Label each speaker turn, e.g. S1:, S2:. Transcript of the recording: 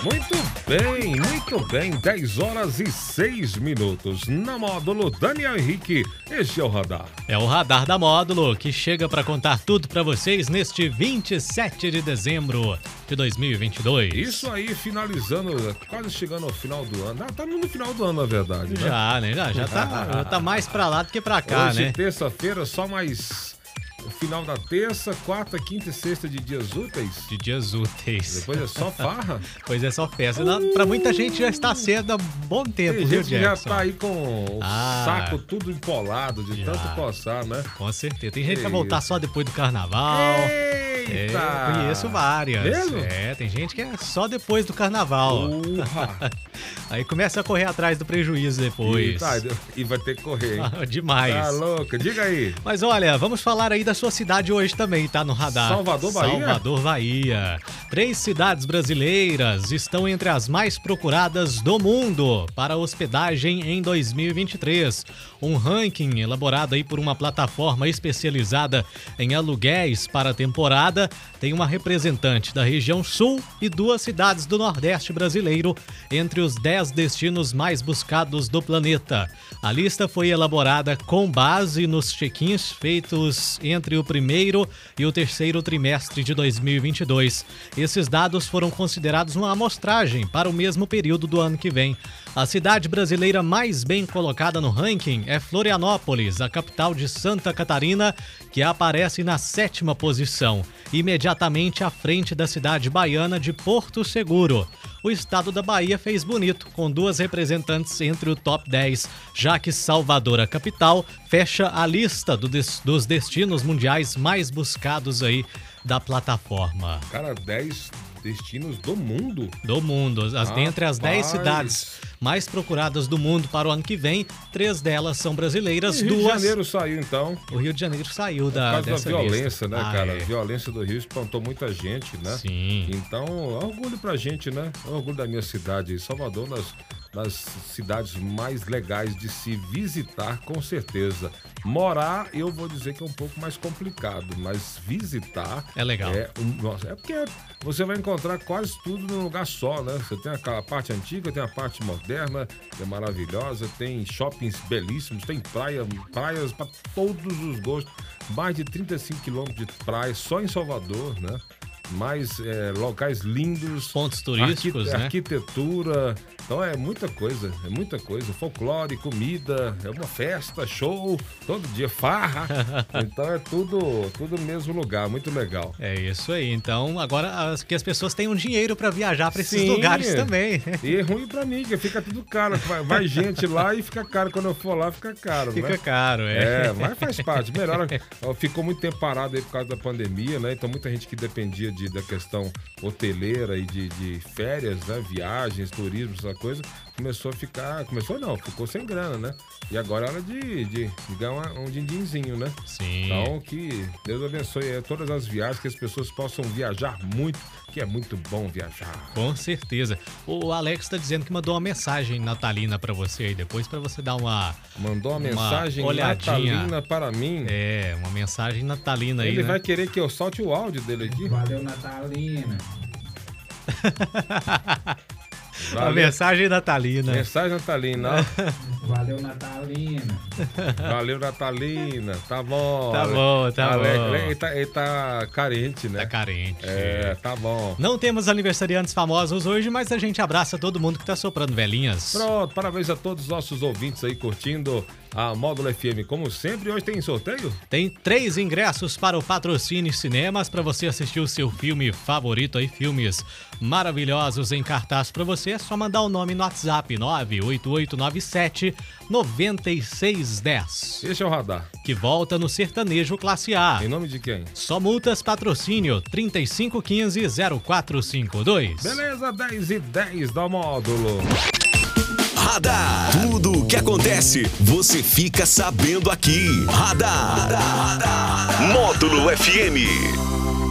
S1: Muito bem, muito bem. 10 horas e 6 minutos. Na módulo, Daniel Henrique, este é o radar.
S2: É o Radar da Módulo que chega para contar tudo para vocês neste 27 de dezembro de 2022.
S1: Isso aí, finalizando, quase chegando ao final do ano. Ah, tá no final do ano, na verdade, né?
S2: Já, né? Já, já, tá, já tá mais pra lá do que pra cá,
S1: Hoje, é
S2: né?
S1: terça-feira, só mais o final da terça, quarta, quinta e sexta de dias úteis.
S2: De dias úteis.
S1: Depois é só farra.
S2: Pois é, só festa. Pra Para muita gente já está cedo há bom tempo,
S1: Tem
S2: viu,
S1: gente que já
S2: Jackson?
S1: tá aí com o
S2: Ah.
S1: saco tudo empolado, de
S2: Já.
S1: tanto coçar, né?
S2: Com certeza. Tem gente que vai
S1: Que
S2: voltar
S1: isso.
S2: só depois do carnaval. É,
S1: Eita!
S2: eu conheço várias.
S1: Mesmo?
S2: É, tem gente que é só depois do carnaval.
S1: Urra!
S2: Aí começa a correr atrás do prejuízo depois.
S1: Eita, e vai ter que correr, hein?
S2: Demais.
S1: Tá louca, diga aí.
S2: Mas olha, vamos falar aí da sua cidade hoje também, tá no radar.
S1: Salvador, Bahia?
S2: Salvador, Bahia. Três cidades brasileiras estão entre as mais procuradas do mundo para hospedagem em 2023. Um ranking elaborado aí por uma plataforma especializada em aluguéis para a temporada tem uma representante da região sul e duas cidades do Nordeste brasileiro entre os 10 destinos mais buscados do planeta. A lista foi elaborada com base nos check-ins feitos entre o primeiro e o terceiro trimestre de 2022. Esses dados foram considerados uma amostragem para o mesmo período do ano que vem. A cidade brasileira mais bem colocada no ranking é Florianópolis, a capital de Santa Catarina, que aparece na sétima posição, imediatamente à frente da cidade baiana de Porto Seguro. O estado da Bahia fez bonito, com duas representantes entre o top 10, já que Salvador, a capital, fecha a lista do des- dos destinos mundiais mais buscados aí da plataforma.
S1: Cara, 10 destinos do mundo.
S2: Do mundo, as, dentre as 10
S1: Rapaz.
S2: cidades mais procuradas do mundo para o ano que vem, três delas são brasileiras,
S1: E Rio de
S2: duas.
S1: Janeiro saiu então. Por
S2: O Rio de Janeiro saiu da,
S1: causa da
S2: dessa
S1: violência,
S2: lista.
S1: né,
S2: Ah,
S1: cara?
S2: é.
S1: A violência do Rio espantou muita gente, né?
S2: Sim.
S1: Então, é orgulho pra gente, né? É orgulho da minha cidade. Salvador, nas, das cidades mais legais de se visitar, com certeza. Morar, eu vou dizer que é um pouco mais complicado, mas visitar.
S2: É legal.
S1: É, um- nossa, é porque você vai encontrar quase tudo num lugar só, né? Você tem aquela parte antiga, tem a parte moderna, que é maravilhosa, tem shoppings belíssimos, tem praia, praias para todos os gostos. Mais de 35 quilômetros de praia só em Salvador, né? Mais é, locais lindos.
S2: Pontos turísticos,
S1: arquite-
S2: né?
S1: Arquitetura. Então é muita coisa, é muita coisa. Folclore, comida, é uma festa, show, todo dia farra. então é tudo, tudo no mesmo lugar, muito legal.
S2: É isso aí. Então, agora as, que as pessoas tenham dinheiro para viajar para esses
S1: Sim.
S2: lugares também.
S1: E é ruim pra mim, que fica tudo caro. Vai, vai gente lá e fica caro. Quando eu for lá, fica caro,
S2: Fica
S1: né?
S2: caro, é.
S1: É, mas faz parte. Melhor. ó, Ficou muito tempo parado aí por causa da pandemia, né? Então muita gente que dependia de, da questão hoteleira e de, de férias, né? Viagens, turismo, essa coisa, começou a ficar. Começou não, ficou sem grana, né? E agora é hora de, de, de ganhar uma- um dindinzinho, né?
S2: Sim.
S1: Então, que Deus abençoe aí todas as viagens, que as pessoas possam viajar muito, que é muito bom viajar.
S2: Com certeza. O Alex está dizendo que mandou uma mensagem natalina para você aí depois para você dar uma
S1: Mandou uma
S2: Uma
S1: mensagem
S2: olhadinha.
S1: natalina para mim.
S2: é uma mensagem natalina aí.
S1: Ele
S2: né?
S1: vai querer que eu solte o áudio dele aqui.
S3: Valeu, Natalina.
S2: Uma
S1: Valeu.
S2: mensagem natalina.
S1: Mensagem natalina. ó.
S3: Valeu, Natalina.
S1: Valeu, natalina. Tá bom.
S2: Tá bom, tá
S1: Alex,
S2: bom.
S1: Ele tá, ele tá carente, né?
S2: Tá carente.
S1: É, tá bom.
S2: Não temos aniversariantes famosos hoje, mas a gente abraça todo mundo que tá soprando velhinhas.
S1: Pronto, parabéns a todos os nossos ouvintes aí curtindo a Módulo FM. Como sempre, hoje tem sorteio?
S2: Tem três ingressos para o Patrocínio Cinemas para você assistir o seu filme favorito aí, filmes maravilhosos em cartaz para você. É só mandar o nome no WhatsApp 98897 9610,
S1: Esse é o radar.
S2: que volta no sertanejo classe A.
S1: Em nome de quem?
S2: Só multas patrocínio 3515 0452.
S1: Beleza, 10 e 10 da Módulo.
S4: Radar. Tudo o que acontece, você fica sabendo aqui. Radar. Módulo FM.